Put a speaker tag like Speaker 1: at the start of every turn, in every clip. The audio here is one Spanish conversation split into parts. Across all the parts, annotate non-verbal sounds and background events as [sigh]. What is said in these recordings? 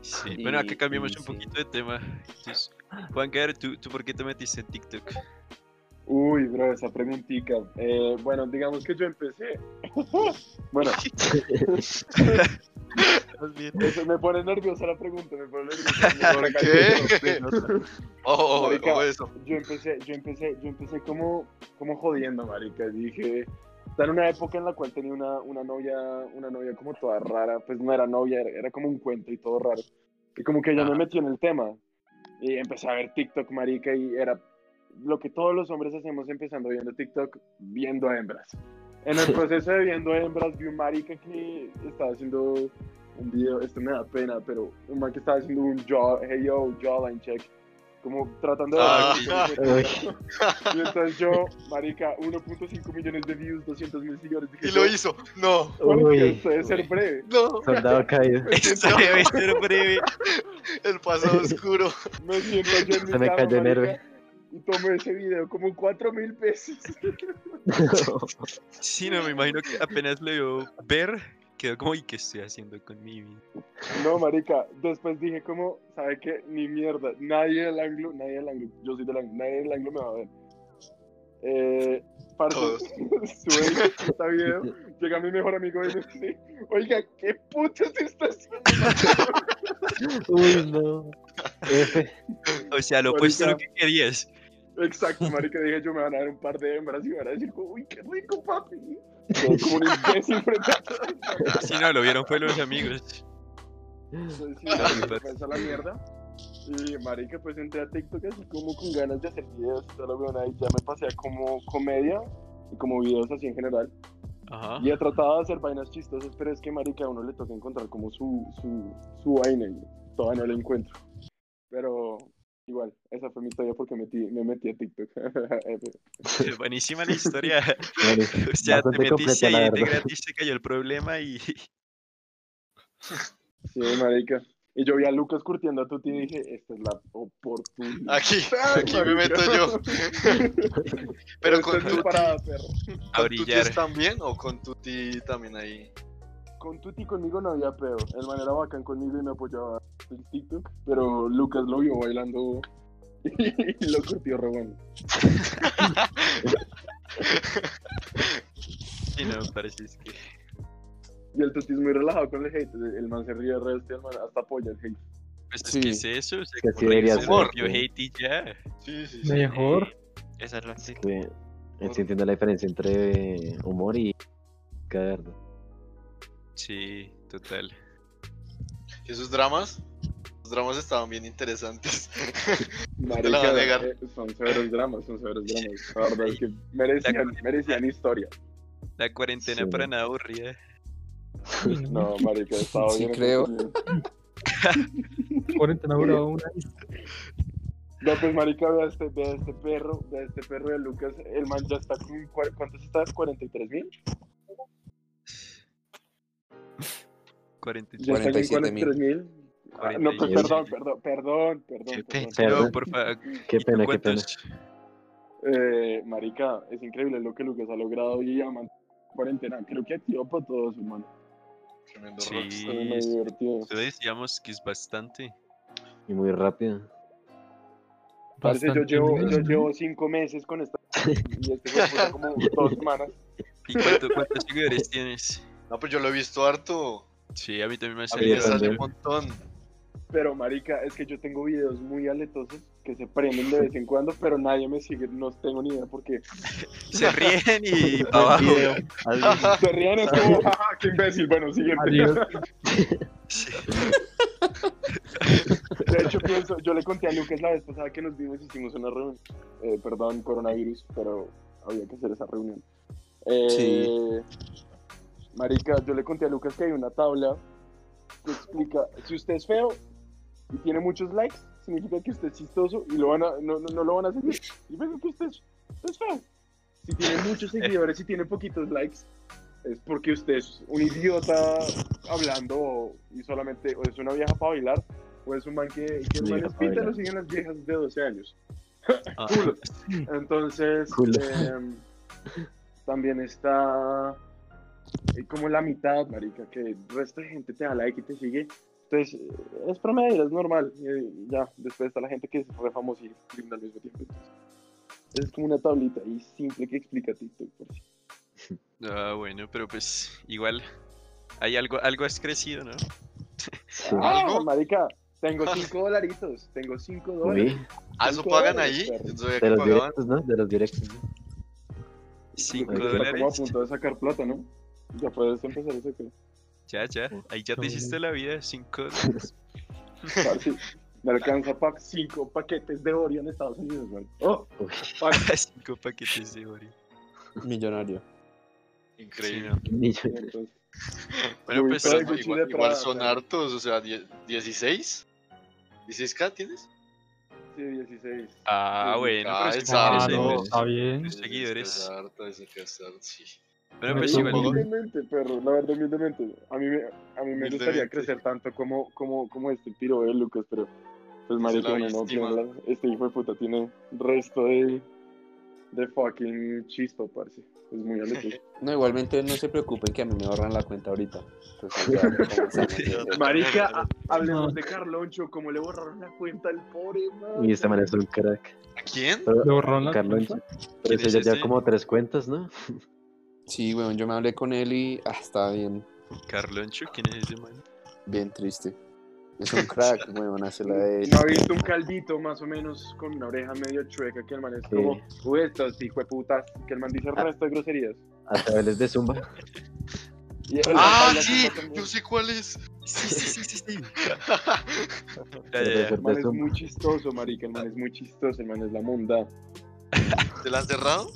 Speaker 1: Sí,
Speaker 2: Sí,
Speaker 1: bueno, acá cambiamos
Speaker 2: sí,
Speaker 1: un
Speaker 2: sí.
Speaker 1: poquito de tema. Entonces, Juan Gar, ¿tú, ¿tú por qué te metiste en TikTok?
Speaker 2: Uy, bro, esa preguntita. Eh, bueno, digamos que yo empecé. [laughs] bueno,
Speaker 1: Más bien.
Speaker 2: eso me pone nerviosa la pregunta, me pone nerviosa. me
Speaker 1: ¿Por
Speaker 2: recalculó.
Speaker 1: qué? Oh, oh,
Speaker 2: Marica.
Speaker 1: oh,
Speaker 3: [laughs]
Speaker 1: eso.
Speaker 2: yo empecé, yo empecé, yo empecé como, como jodiendo, marica. Dije, estaba en una época en la cual tenía una, una novia, una novia como toda rara, pues no era novia, era, era como un cuento y todo raro. Y como que ya me
Speaker 1: Ajá.
Speaker 2: metió en el tema. Y empecé a ver TikTok, marica, y era lo que todos los hombres hacemos empezando viendo TikTok, viendo a hembras. En el proceso de viendo hembras, vi un marica que estaba haciendo un video, esto me da pena, pero un man que estaba haciendo un jaw, hey yo, jawline check, como tratando de...
Speaker 1: Ah. [laughs]
Speaker 2: Y entonces yo, marica, 1.5 millones de views, 200 mil seguidores. Dije,
Speaker 4: Y lo
Speaker 2: yo,
Speaker 4: hizo. No,
Speaker 2: "Bueno,
Speaker 3: Uy.
Speaker 2: esto debe ser breve.
Speaker 4: no.
Speaker 1: [laughs]
Speaker 3: Soldado caído.
Speaker 1: Esto debe ser breve.
Speaker 4: El pasado oscuro.
Speaker 2: Me siento yo en mi
Speaker 3: Se me
Speaker 2: cama,
Speaker 3: cayó el
Speaker 2: marica,
Speaker 3: héroe.
Speaker 2: Y tomé ese video como 4 mil veces. [laughs]
Speaker 1: Sí,
Speaker 3: [laughs]
Speaker 1: no, me imagino que apenas lo vio ver, quedó como, ¿y qué estoy haciendo con mi vida?
Speaker 2: No, marica, después dije como, ¿sabe qué? Ni mierda, nadie del anglo, nadie del anglo, yo soy del anglo, nadie del anglo me va a ver. Eh, parce,
Speaker 4: Todos.
Speaker 2: [laughs] sube este video, llega mi mejor amigo y me dice, oiga, ¿qué putas estás haciendo?
Speaker 3: [laughs] Uy, no. F.
Speaker 1: O sea, lo opuesto a lo que querías.
Speaker 2: Exacto, marica, dije yo me van a dar un par de hembras y me van a decir como, uy, qué rico, papi. Yo como un imbécil frente a todo.
Speaker 1: Sí, no, lo vieron fue los amigos.
Speaker 2: Entonces, pues, sí, marica, me fue esa la mierda. Y marica, pues entré a TikTok así como con ganas de hacer videos y toda la weona, y ya me pasé a como comedia y como videos así en general.
Speaker 1: Ajá.
Speaker 2: Y he tratado de hacer vainas chistosas, pero es que marica a uno le toca encontrar como su, su, su vaina y todavía no la encuentro. Pero igual, esa fue mi historia porque metí, me metí a TikTok.
Speaker 1: [laughs]
Speaker 2: [laughs]
Speaker 1: Buenísima la
Speaker 3: [laughs]
Speaker 1: historia.
Speaker 3: Vale.
Speaker 1: O sea, te
Speaker 3: Bastante
Speaker 1: metiste
Speaker 3: completa, la
Speaker 1: ahí de
Speaker 3: verdad.
Speaker 1: gratis, se cayó el problema
Speaker 3: [laughs]
Speaker 1: y...
Speaker 2: Sí, marica. Y yo vi a Lucas curtiendo a Tuti y dije, esta es la oportunidad. [laughs]
Speaker 4: Aquí, aquí me meto yo. Pero
Speaker 2: Esta
Speaker 4: con
Speaker 2: es mi
Speaker 4: Tuti,
Speaker 2: parada, perro.
Speaker 1: A
Speaker 4: ¿con Tuti
Speaker 1: brillar.
Speaker 4: están bien o con Tuti también ahí?
Speaker 2: Con Tuti conmigo no había pedo. El man era bacán conmigo y me apoyaba en TikTok. Pero Lucas lo vio bailando [laughs] y lo curtió re bueno.
Speaker 1: Sí, no, parece es que...
Speaker 2: Y el Tuti es muy relajado con el hate. El man se ríe re este, el man hasta apoya el hate.
Speaker 1: Pues es
Speaker 2: Sí.
Speaker 1: que es eso, o sea,
Speaker 3: Que
Speaker 1: como
Speaker 3: sí
Speaker 1: lo
Speaker 3: debería
Speaker 1: hizo,
Speaker 4: ser,
Speaker 1: rompió
Speaker 3: sí.
Speaker 1: hate y ya.
Speaker 4: Sí, sí, sí.
Speaker 5: Mejor.
Speaker 1: Eh, [laughs] esa es la actitud.
Speaker 3: Sí, sí entiendo la diferencia entre humor y caerda.
Speaker 1: Sí, total.
Speaker 4: ¿Y sus dramas? Los dramas estaban bien interesantes. [laughs]
Speaker 2: Marica,
Speaker 4: la va a negar.
Speaker 2: eh, son severos dramas, son severos dramas. La verdad es que merecían, merecían historia.
Speaker 1: La cuarentena
Speaker 3: Sí.
Speaker 1: para nada aburrida.
Speaker 2: No, marica, estaba
Speaker 6: Sí,
Speaker 2: bien.
Speaker 6: creo.
Speaker 5: Cuarentena duró una.
Speaker 2: No, pues marica, vea este, vea este perro, vea este perro de Lucas. El man ya está con... cua- ¿Cuántos estás? ¿43 mil? Ya
Speaker 1: 43.
Speaker 2: está con
Speaker 6: 47.000.
Speaker 2: 43 mil.
Speaker 1: Ah,
Speaker 2: No, pues
Speaker 1: 47.000.
Speaker 2: perdón, perdón, perdón, perdón. perdón.
Speaker 1: No,
Speaker 3: Perdón.
Speaker 1: por favor.
Speaker 3: Qué
Speaker 1: ¿y tú
Speaker 3: pena, qué pena.
Speaker 1: cuántos?
Speaker 2: Eh, marica, es increíble lo que Lucas ha logrado y llaman cuarentena. Creo que activó para todos, hermano.
Speaker 4: Tremendo
Speaker 1: Sí,
Speaker 2: Fue muy divertido.
Speaker 1: eso decíamos que es bastante.
Speaker 3: Y muy rápido.
Speaker 2: Parece yo
Speaker 5: bastante
Speaker 2: llevo,
Speaker 5: nivel,
Speaker 2: yo
Speaker 5: ¿no?
Speaker 2: llevo cinco meses con esta [laughs] y este fue puta como dos semanas.
Speaker 1: ¿Y cuánto- cuántos seguidores tienes?
Speaker 4: rockstar. No, pues yo lo he visto harto.
Speaker 1: Sí, a mí también me ha
Speaker 4: A mí
Speaker 1: salido.
Speaker 4: me sale
Speaker 3: también.
Speaker 4: un montón.
Speaker 2: Pero marica, es que yo tengo videos muy aletosos que se prenden de vez en cuando, pero nadie me sigue, no tengo ni idea por qué.
Speaker 1: Se ríen y pa' abajo.
Speaker 4: [laughs] Ah,
Speaker 2: Se ríen es como, "Ja, ja, qué imbécil. Bueno, siguiente.
Speaker 5: Adiós.
Speaker 1: Sí.
Speaker 2: De hecho, pienso, yo le conté a Lucas la vez pasada que nos vimos y hicimos una reunión. Eh, perdón, coronavirus, pero había que hacer esa reunión. Eh, Marica, yo le conté a Lucas que hay una tabla que explica, si usted es feo y tiene muchos likes, significa que usted es chistoso y lo van a, no, no, no lo van a seguir. Y venga que usted es, usted es feo. Si tiene muchos
Speaker 3: [laughs]
Speaker 2: seguidores y tiene poquitos likes, es porque usted es un idiota hablando o- y solamente o es una vieja para bailar o es un man que, que los
Speaker 3: Vieja
Speaker 2: manes
Speaker 3: pa'
Speaker 2: pintan lo
Speaker 3: bailar.
Speaker 2: siguen las viejas de 12 años.
Speaker 1: Ah,
Speaker 2: Culo. Entonces,
Speaker 3: Culo.
Speaker 2: em, también está eh, como la mitad, marica, que el resto de gente te da like y te sigue. Entonces, eh, es promedio, es normal. eh, ya, después está la gente que es re famosa y es criminal al mismo tiempo. entonces, es como una tablita ahí simple que explica TikTok. por sí.
Speaker 1: Ah, bueno, pero pues igual hay algo, algo has crecido, ¿no?
Speaker 3: Sí.
Speaker 2: Ah,
Speaker 1: ¿Algo?
Speaker 2: marica, tengo 5 dolaritos, tengo 5 dólares.
Speaker 3: Uy,
Speaker 4: Ah, eso
Speaker 2: Cinco
Speaker 4: pagan
Speaker 2: dólares,
Speaker 4: ahí.
Speaker 2: perro.
Speaker 4: Yo no sabía
Speaker 3: de
Speaker 4: que
Speaker 3: los
Speaker 4: pagaban.
Speaker 3: directos, ¿no? De los directos. ¿no?
Speaker 1: Cinco
Speaker 2: Está
Speaker 3: Ahí está,
Speaker 2: como a
Speaker 1: dólares.
Speaker 2: punto de sacar plata, ¿no? Ya puedes empezar eso que.
Speaker 1: Ya, ya. Ahí ya te hiciste la vida. Cinco dólares. [laughs]
Speaker 2: parce, Me alcanza para 5 paquetes de Oreo en Estados Unidos, güey. Oh,
Speaker 3: Uy.
Speaker 2: parce,
Speaker 1: Cinco paquetes de Oreo.
Speaker 5: Millonario.
Speaker 1: Sí,
Speaker 4: Increíble.
Speaker 1: ¿no?
Speaker 3: Ni yo-
Speaker 2: entonces,
Speaker 1: Bueno,
Speaker 2: Uy,
Speaker 1: pues
Speaker 2: pero
Speaker 4: Pero
Speaker 2: hay
Speaker 4: igual,
Speaker 2: Gucci
Speaker 4: igual-
Speaker 2: de
Speaker 4: igual
Speaker 2: Prada,
Speaker 4: son
Speaker 2: claro.
Speaker 4: hartos, o sea, die- 16. ¿16K tienes?
Speaker 2: sí, 16.
Speaker 1: Ah, bueno,
Speaker 4: Ah,
Speaker 1: pero es que
Speaker 4: exacto.
Speaker 1: tienes
Speaker 5: Ah,
Speaker 1: ahí
Speaker 5: no,
Speaker 1: los-
Speaker 5: está bien.
Speaker 1: Tus seguidores.
Speaker 4: Esa carta, esa carta, sí.
Speaker 1: Bueno,
Speaker 5: Me
Speaker 1: pues
Speaker 5: Sí,
Speaker 2: Pero
Speaker 5: bueno.
Speaker 1: igual.
Speaker 2: humildemente, perro, la verdad, humildemente. A mí me, a mí me gustaría
Speaker 4: Humildemente.
Speaker 2: crecer tanto como, como, como este piro de Lucas, pero pues marica,
Speaker 4: la
Speaker 2: uno no
Speaker 4: víctima.
Speaker 2: tiene la- este hijo de puta tiene resto de, de fucking chispa, parce. Es muy
Speaker 4: [laughs]
Speaker 2: aleatorio.
Speaker 5: No, igualmente no se preocupen que a mí me ahorran la cuenta ahorita.
Speaker 2: [laughs]
Speaker 5: Entonces, ya,
Speaker 2: Marica, ha- hablemos
Speaker 5: No.
Speaker 2: de Carloncho, como le borraron la cuenta al pobre, man.
Speaker 3: Y este man es un crack.
Speaker 4: ¿A quién?
Speaker 3: Pero-
Speaker 5: ¿Le borraron la
Speaker 3: Carloncho.
Speaker 5: cuenta?
Speaker 3: Pero
Speaker 1: ¿Quién
Speaker 3: ese
Speaker 1: es
Speaker 3: ya lleva
Speaker 1: ese?
Speaker 3: como tres cuentas, ¿no?
Speaker 5: Sí, weón, yo me hablé con él y ah, está bien,
Speaker 1: Carloncho, ¿quién es ese man?
Speaker 5: bien triste. Es un
Speaker 2: [laughs]
Speaker 5: crack, weón, hace la de...
Speaker 2: No ha visto un calvito más o menos con una oreja medio chueca que el man es
Speaker 3: Sí. Ah.
Speaker 2: como, uy, estos hijo de putas, que el man dice el resto de groserías.
Speaker 3: A través de Zumba.
Speaker 2: Y él
Speaker 4: Ah,
Speaker 2: habla
Speaker 4: sí,
Speaker 2: como también.
Speaker 4: yo sé cuál es.
Speaker 1: Sí, sí, sí, sí, sí. [laughs] Ya, ya, ya.
Speaker 3: Profesor
Speaker 2: El man
Speaker 3: de
Speaker 2: es
Speaker 3: Zumba.
Speaker 2: muy chistoso, marica. El man es muy chistoso, el man es la monda.
Speaker 4: ¿Te la han cerrado?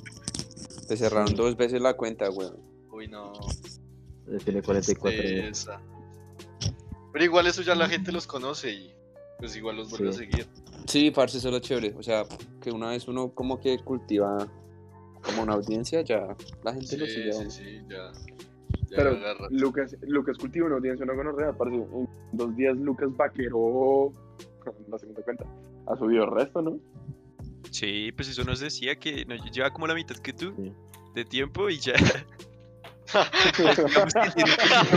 Speaker 5: Te cerraron dos veces la cuenta, weón.
Speaker 4: Uy, no.
Speaker 3: Tiene 44
Speaker 1: Este, [laughs]
Speaker 3: años.
Speaker 4: tristeza. Pero igual eso ya la gente los conoce y pues igual los vuelve
Speaker 3: Sí.
Speaker 4: a seguir.
Speaker 5: Sí, parce, eso es lo chévere. O sea, que una vez uno como que cultiva como una audiencia, ya la gente
Speaker 4: Sí,
Speaker 5: lo sigue.
Speaker 4: sí,
Speaker 5: weón.
Speaker 4: sí, ya. Ya
Speaker 2: Pero
Speaker 4: agarra.
Speaker 2: Lucas, Lucas cultiva una audiencia, una gonorrea. Parce, en dos días Lucas vaqueró la segunda cuenta. Ha subido el resto, ¿no?
Speaker 1: Sí, pues eso nos decía que nos lleva como la mitad que tú
Speaker 3: Sí.
Speaker 1: de tiempo y ya. [laughs]
Speaker 2: Digamos que tiene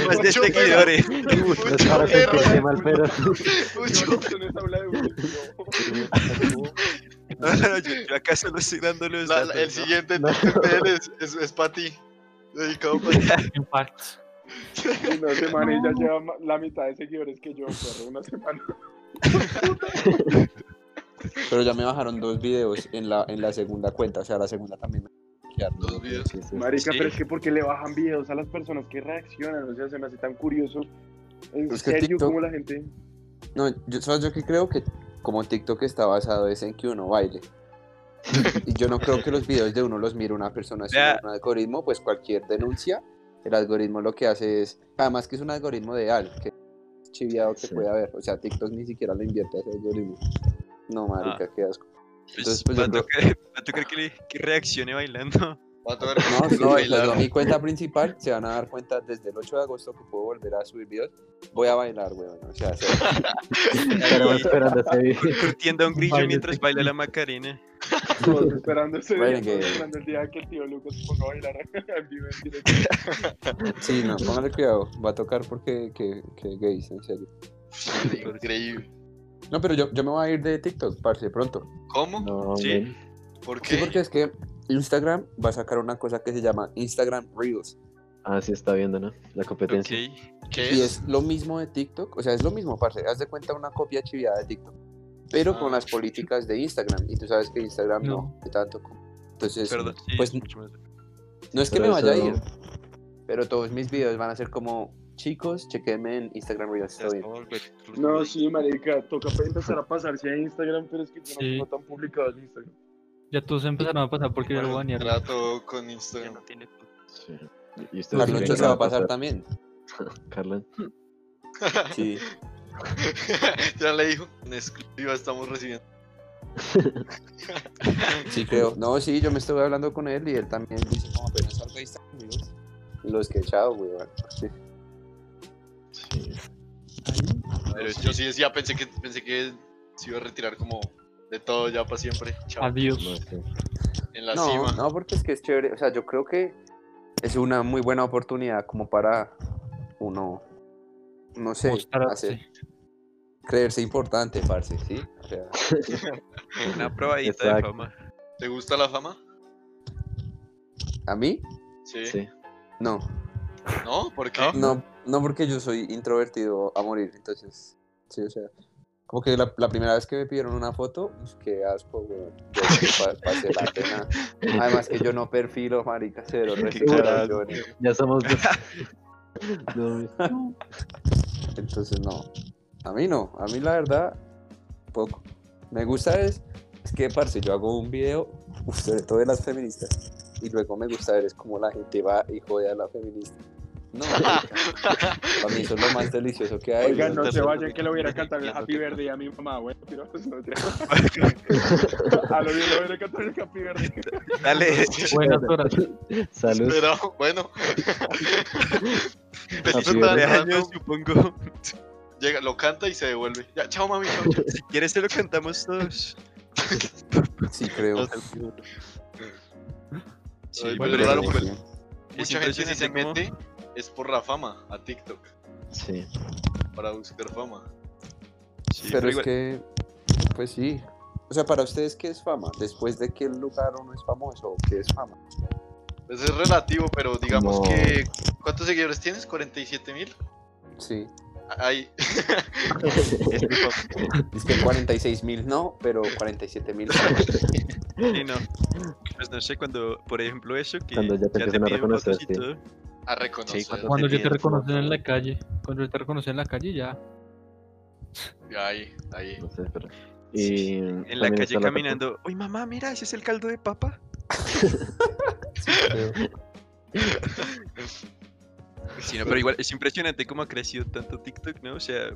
Speaker 1: Más de
Speaker 4: Mucho
Speaker 1: seguidores. [laughs]
Speaker 3: Uy,
Speaker 4: Mucho
Speaker 3: no, ahora se
Speaker 4: perro.
Speaker 3: escuché mal, pero.
Speaker 4: Mucho-
Speaker 2: Johnson habla de uno,
Speaker 1: [laughs] No, no, yo, yo acá solo estoy dando los
Speaker 4: La- la-
Speaker 1: datos,
Speaker 4: el
Speaker 1: ¿no?
Speaker 4: siguiente [laughs]
Speaker 3: No.
Speaker 4: TPL es, es, es para ti. Dedicado para ti.
Speaker 6: Impacto.
Speaker 2: no. Una semana y ya lleva ma- la mitad de seguidores que yo, perro. Una semana.
Speaker 5: Pero ya me bajaron dos videos en la, en la segunda cuenta, o sea, la segunda también. me bloquearon.
Speaker 4: Dos videos.
Speaker 3: Sí, sí. [laughs]
Speaker 2: Marica,
Speaker 1: Sí.
Speaker 2: pero es que porque le bajan videos a las personas que reaccionan, o sea, se me hace tan curioso. En
Speaker 5: Es que
Speaker 2: serio,
Speaker 5: TikTok-
Speaker 2: como la gente.
Speaker 5: No, yo, ¿sabes? yo que creo que como TikTok está basado es en que uno baile. Y yo no creo que los videos de uno los mire una persona, sino
Speaker 1: Ya.
Speaker 5: un algoritmo, pues cualquier denuncia, el algoritmo lo que hace es, además que es un algoritmo de al, que es chiviado que
Speaker 3: Sí.
Speaker 5: puede haber, o sea, TikTok ni siquiera le invierte a ese algoritmo. No, marica, qué asco.
Speaker 1: Pues,
Speaker 5: Entonces, pues, yo
Speaker 1: va a
Speaker 5: creo-
Speaker 1: tocar- va a tocar que, le- que reaccione bailando. [laughs]
Speaker 4: Va a tocar
Speaker 5: No,
Speaker 4: que
Speaker 5: no,
Speaker 4: bailar.
Speaker 5: pero mi cuenta principal se van a dar cuenta desde el 8 de agosto que puedo volver a subir videos. Voy a bailar, weón. O sea, se-
Speaker 3: Estaremos
Speaker 1: Ahí,
Speaker 3: esperando ese video.
Speaker 1: [laughs] curtiendo a un grillo
Speaker 6: Baile
Speaker 1: mientras baila la Macarena.
Speaker 2: Todos esperando ese día, [laughs]
Speaker 5: Bueno,
Speaker 2: todos
Speaker 5: que-
Speaker 2: esperando el día que el tío Lucas ponga a bailar [laughs] en vivo en directo.
Speaker 5: sí, no, póngale cuidado. Va a tocar porque que, que gays, en serio.
Speaker 4: Increíble.
Speaker 5: No, pero yo, yo me voy a ir de TikTok, parce, pronto.
Speaker 4: ¿Cómo?
Speaker 3: No,
Speaker 1: Sí.
Speaker 3: men.
Speaker 4: ¿Por
Speaker 5: Sí,
Speaker 4: qué?
Speaker 5: porque es que Instagram va a sacar una cosa que se llama Instagram Reels.
Speaker 3: Ah, sí, está viendo, ¿no? La competencia.
Speaker 1: Ok.
Speaker 4: ¿Qué
Speaker 5: Y
Speaker 4: es?
Speaker 5: es lo mismo de TikTok. O sea, es lo mismo, parce. Haz de cuenta una copia chiviada de TikTok. Pero con
Speaker 4: Ah.
Speaker 5: las políticas de Instagram. Y tú sabes que Instagram no,
Speaker 6: No.
Speaker 5: de tanto como. Entonces,
Speaker 1: Perdón, sí,
Speaker 5: pues-
Speaker 1: mucho más.
Speaker 5: No es que
Speaker 3: Pero
Speaker 5: me vaya a
Speaker 3: eso-
Speaker 5: ir, pero todos mis videos van a ser como, chicos, chequenme en Instagram Reels,
Speaker 4: Ya
Speaker 5: estoy bien.
Speaker 4: está, volver.
Speaker 2: No, sí, marica, toca empezar a pasarse a Instagram, pero es que yo no
Speaker 6: Sí.
Speaker 2: tengo tan publicado en Instagram.
Speaker 6: Ya todos empezaron a pasar porque ya lo
Speaker 4: Bueno,
Speaker 6: banearon.
Speaker 4: Trato con
Speaker 1: Ya
Speaker 4: Instagram.
Speaker 1: no tiene punto.
Speaker 3: Sí. Y ustedes
Speaker 5: Las
Speaker 3: creen
Speaker 5: noches
Speaker 3: que
Speaker 5: se va a
Speaker 4: [laughs]
Speaker 5: pasar también.
Speaker 3: Carlan.
Speaker 5: Sí.
Speaker 4: [laughs] ya le dijo. En exclusiva estamos recibiendo.
Speaker 5: Sí, creo. No, sí, yo me estuve hablando con él y él también dice, como apenas salga Instagram Reels, los que chao, güey. bueno, sí.
Speaker 3: Sí.
Speaker 1: Pero
Speaker 4: yo sí decía, pensé que, pensé que se iba a retirar como de todo ya para siempre. Chao.
Speaker 3: No,
Speaker 6: Adiós.
Speaker 3: sí.
Speaker 4: En la
Speaker 5: No,
Speaker 4: cima.
Speaker 5: no, porque es que es chévere. O sea, yo creo que es una muy buena oportunidad como para uno, no sé,
Speaker 6: Mostrarse.
Speaker 5: hacer, creerse importante, parce, ¿sí? O sea,
Speaker 1: Una probadita de
Speaker 3: Exacto.
Speaker 1: fama.
Speaker 4: ¿Te gusta la fama?
Speaker 5: ¿a mí?
Speaker 4: Sí.
Speaker 3: Sí.
Speaker 5: No.
Speaker 4: ¿No? ¿Por qué?
Speaker 5: No, no porque yo soy introvertido a morir, entonces, sí, o sea, como que la, la primera vez que me pidieron una foto, pues, qué asco, weón, yo creo que pa- pasé la pena. Además que yo no perfilo, marica, cero,
Speaker 1: Qué
Speaker 5: resistencia,
Speaker 3: Ya somos dos. [laughs] No,
Speaker 5: entonces no, a mí no, a mí la verdad, poco. Me gusta es, es que, parce, yo hago un video, uf, sobre todo de las feministas, y luego me gusta ver es como la gente va y jode a la feminista. No, marica, para mí eso es lo más delicioso que hay.
Speaker 2: Oigan,
Speaker 5: weón.
Speaker 2: no se
Speaker 1: entonces,
Speaker 2: vayan que le hubiera cantado el
Speaker 1: entiendo
Speaker 2: Happy
Speaker 1: que-
Speaker 2: Verde a mi mamá, güey. Pero pues, no te- [laughs] A lo bien le hubiera cantado el Happy Verde.
Speaker 1: [laughs] Dale,
Speaker 6: Buenas horas.
Speaker 3: Salud.
Speaker 4: Pero
Speaker 3: [laughs]
Speaker 4: bueno,
Speaker 1: feliz
Speaker 3: Happy birthday.
Speaker 1: cumpleaños, supongo.
Speaker 4: llega, lo canta y se devuelve. Ya, chao
Speaker 3: [laughs]
Speaker 4: mami, chao. chao.
Speaker 1: Si quieres, te lo cantamos todos.
Speaker 5: Sí, creo.
Speaker 1: Sí, pero
Speaker 4: Ay, pero
Speaker 1: es-
Speaker 4: raro,
Speaker 1: es
Speaker 4: pues.
Speaker 1: es
Speaker 4: Mucha gente que se
Speaker 1: impresionante cómo-
Speaker 4: mete es por la fama a TikTok,
Speaker 3: Sí.
Speaker 4: para buscar fama.
Speaker 1: sí,
Speaker 5: pero es
Speaker 1: igual-
Speaker 5: que, pues sí. O sea, para ustedes, ¿qué es fama? Después de que el lugar uno es famoso, ¿qué es fama?
Speaker 4: Pues es relativo, pero digamos
Speaker 3: No.
Speaker 4: que... ¿Cuántos seguidores tienes? ¿47 mil?
Speaker 5: Sí.
Speaker 3: [laughs]
Speaker 4: Ay,
Speaker 1: es muy fam-
Speaker 5: Dice que 46 mil no, pero 47 mil.
Speaker 1: sí, no. Pues no sé, cuando, por ejemplo, eso que
Speaker 3: Cuando ya te empiezan a
Speaker 1: piden
Speaker 3: reconocer,
Speaker 1: fotos y
Speaker 3: sí.
Speaker 1: todo,
Speaker 4: a reconocer.
Speaker 1: cuando-
Speaker 6: Cuando yo te
Speaker 1: piden
Speaker 6: reconocen
Speaker 1: foto.
Speaker 6: en la calle, cuando yo te reconocen en la calle ya.
Speaker 4: Ahí, ahí.
Speaker 3: No sé, pero.
Speaker 1: Sí,
Speaker 3: Y
Speaker 1: en la
Speaker 3: también
Speaker 1: calle
Speaker 3: está parte-
Speaker 1: caminando, uy mamá, mira, ese es el caldo de papa. Pues Sí, no, pero igual es impresionante cómo ha crecido tanto TikTok, ¿no? O sea,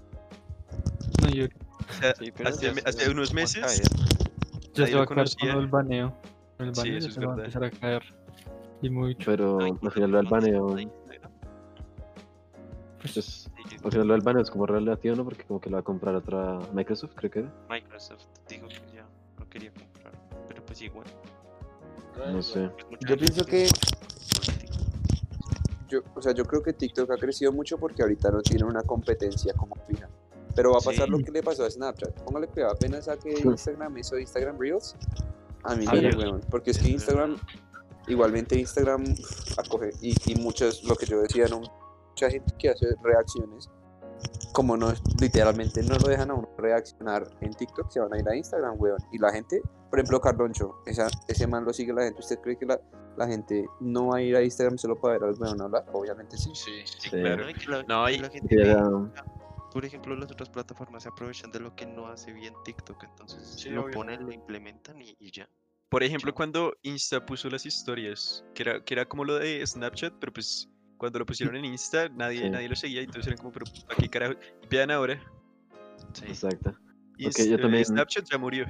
Speaker 6: No, yo
Speaker 1: o sea,
Speaker 7: Sí, pero
Speaker 1: hace,
Speaker 7: ya
Speaker 1: me-
Speaker 7: se-
Speaker 1: hace unos
Speaker 7: ¿cómo está
Speaker 1: meses,
Speaker 7: eso?
Speaker 6: ya
Speaker 1: Ahí
Speaker 6: se
Speaker 1: lo
Speaker 6: va a caer
Speaker 1: conocía.
Speaker 6: con el baneo. El
Speaker 1: Sí,
Speaker 6: baneo
Speaker 1: eso
Speaker 6: ya
Speaker 1: es
Speaker 6: se va a
Speaker 1: verdad.
Speaker 6: empezar a caer. Y mucho.
Speaker 3: Pero
Speaker 7: Ay,
Speaker 3: al final lo del baneo. pues, Al final lo del baneo es como relativo, ¿no? Porque como que lo va a comprar otra Microsoft, creo que era.
Speaker 7: Microsoft dijo que ya lo quería comprar, pero pues igual.
Speaker 3: No sé.
Speaker 7: pues mucha
Speaker 5: Yo pienso
Speaker 7: gente
Speaker 5: que,
Speaker 7: política.
Speaker 5: yo, o sea, yo creo que TikTok ha crecido mucho porque ahorita no tiene una competencia como fija. Pero va a pasar
Speaker 1: Sí.
Speaker 5: lo que le pasó a Snapchat. Póngale cuidado, apenas saque
Speaker 3: Sí.
Speaker 5: Instagram, eso de Instagram Reels. A mí
Speaker 3: Ah,
Speaker 5: me
Speaker 3: ya.
Speaker 5: weón. Porque es que
Speaker 7: Es verdad.
Speaker 5: Instagram, igualmente Instagram uf, acoge. Y, y muchos, lo que yo decía, ¿no? mucha gente que hace reacciones, como no, literalmente no lo dejan a uno reaccionar en TikTok, se van a ir a Instagram, weón. Y la gente, por ejemplo, Carloncho, esa, ese man lo sigue la gente. ¿Usted cree que la, la gente no va a ir a Instagram solo para ver al weón hablar? Obviamente sí.
Speaker 4: Sí.
Speaker 7: Sí,
Speaker 3: Sí.
Speaker 7: claro, y que la-
Speaker 1: No,
Speaker 7: que
Speaker 1: y-
Speaker 7: la
Speaker 3: Que [laughs] ya
Speaker 7: gente,
Speaker 3: era-
Speaker 7: por ejemplo, las otras plataformas se aprovechan de lo que no hace bien TikTok, entonces
Speaker 4: Sí,
Speaker 7: lo
Speaker 4: obvio.
Speaker 7: ponen, lo implementan y, y ya.
Speaker 1: Por ejemplo, cuando Insta puso las historias, que era, que era como lo de Snapchat, pero pues cuando lo pusieron en Insta, nadie,
Speaker 3: Sí.
Speaker 1: nadie lo seguía, entonces eran como, pero ¿a qué carajo? Y vean ahora,
Speaker 7: Sí.
Speaker 3: Exacto.
Speaker 1: Insta-
Speaker 3: yo también-
Speaker 1: Snapchat ya murió.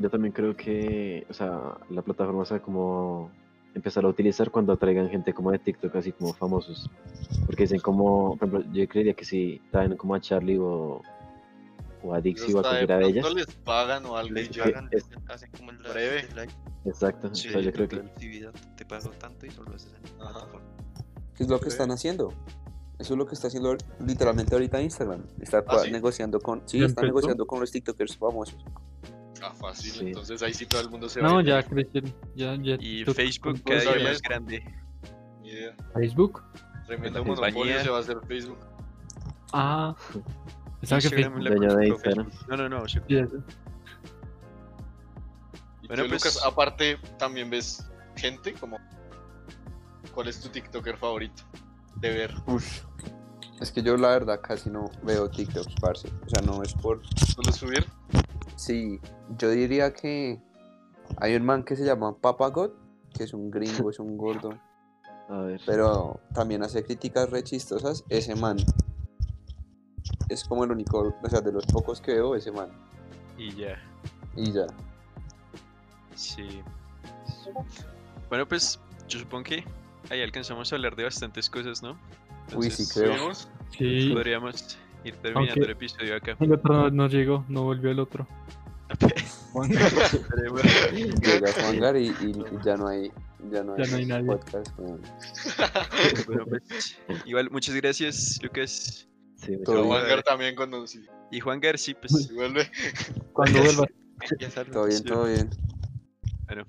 Speaker 3: Yo también creo que, o sea, la plataforma se va como empezar a utilizar cuando traigan gente como de TikTok, así como famosos. Porque dicen como, por ejemplo, yo creería que si traen como a Charlie o, o a Dixie o a
Speaker 4: Hasta de
Speaker 3: cualquiera de ellas.
Speaker 4: pronto les pagan
Speaker 3: [laughs]
Speaker 4: o algo y
Speaker 3: Les
Speaker 4: ya.
Speaker 3: pagan.
Speaker 7: Hagan-
Speaker 3: es-
Speaker 7: hacen como el live-
Speaker 4: breve.
Speaker 7: el live,
Speaker 3: Exacto.
Speaker 7: sí,
Speaker 3: entonces yo
Speaker 7: de
Speaker 3: creo que
Speaker 7: productividad, te pago tanto y solo haces en la
Speaker 4: Ajá.
Speaker 7: plataforma.
Speaker 5: ¿Qué es lo que están haciendo? Eso es lo que está haciendo literalmente ahorita Instagram. Está
Speaker 4: ¿Ah, sí?
Speaker 5: negociando con. Sí,
Speaker 6: ¿Ya
Speaker 5: está
Speaker 6: empezó?
Speaker 5: negociando con los TikTokers famosos.
Speaker 4: Ah, fácil.
Speaker 3: Sí.
Speaker 4: Entonces ahí sí todo el mundo se
Speaker 6: No,
Speaker 4: va.
Speaker 6: ya crecieron. Ya, ya.
Speaker 1: Y
Speaker 6: tú-
Speaker 1: Facebook
Speaker 6: con-
Speaker 1: cada día
Speaker 4: sabía
Speaker 1: más
Speaker 4: eso.
Speaker 1: grande.
Speaker 4: Ni idea.
Speaker 6: Facebook.
Speaker 4: Tremendo
Speaker 1: Esa
Speaker 4: monopolio
Speaker 1: compañía.
Speaker 4: se va a hacer Facebook.
Speaker 6: Ah. Pensaba que
Speaker 1: Instagram
Speaker 6: Facebook.
Speaker 1: la
Speaker 3: dueño de
Speaker 1: compró
Speaker 3: Instagram.
Speaker 1: Facebook. No, no, no. sí.
Speaker 6: sí, eso.
Speaker 4: Y
Speaker 1: Bueno,
Speaker 4: tú,
Speaker 1: pues-
Speaker 4: Lucas, aparte, también ves gente como. ¿Cuál es tu TikToker favorito? De ver.
Speaker 5: Ush. Es que yo la verdad casi no veo TikToks, parce. O sea, no es por...
Speaker 4: ¿Solo subir?
Speaker 5: Sí, yo diría que hay un man que se llama Papagot, que es un gringo, es un gordo,
Speaker 3: A ver. [laughs]
Speaker 5: pero también hace críticas re chistosas. Ese man es como el único, o sea, de los pocos que veo, ese man.
Speaker 1: Y ya.
Speaker 5: Y ya.
Speaker 1: Sí. Bueno, pues yo supongo que ahí alcanzamos a hablar de bastantes cosas, ¿no?
Speaker 5: Uy, sí,
Speaker 1: Entonces,
Speaker 5: creo.
Speaker 4: ¿Subimos?
Speaker 6: Sí.
Speaker 1: Podríamos ir terminando
Speaker 6: Aunque-
Speaker 1: el episodio acá.
Speaker 6: El otro no, no llegó, no volvió el otro.
Speaker 1: Esperemos.
Speaker 5: Llega Juangar y, y- y ya no hay, ya no hay,
Speaker 6: Ya no hay nadie.
Speaker 5: podcast. weón.
Speaker 3: [laughs]
Speaker 1: Bueno, pues, igual, muchas gracias, Lucas.
Speaker 3: Sí, me-
Speaker 5: Todo
Speaker 4: Pero
Speaker 5: bien.
Speaker 4: Vanguard también cuando si,
Speaker 1: Y Juan García, pues,
Speaker 4: si vuelve.
Speaker 6: [laughs] Cuando vuelva.
Speaker 7: Ya salgo.
Speaker 5: Todo bien, todo bien.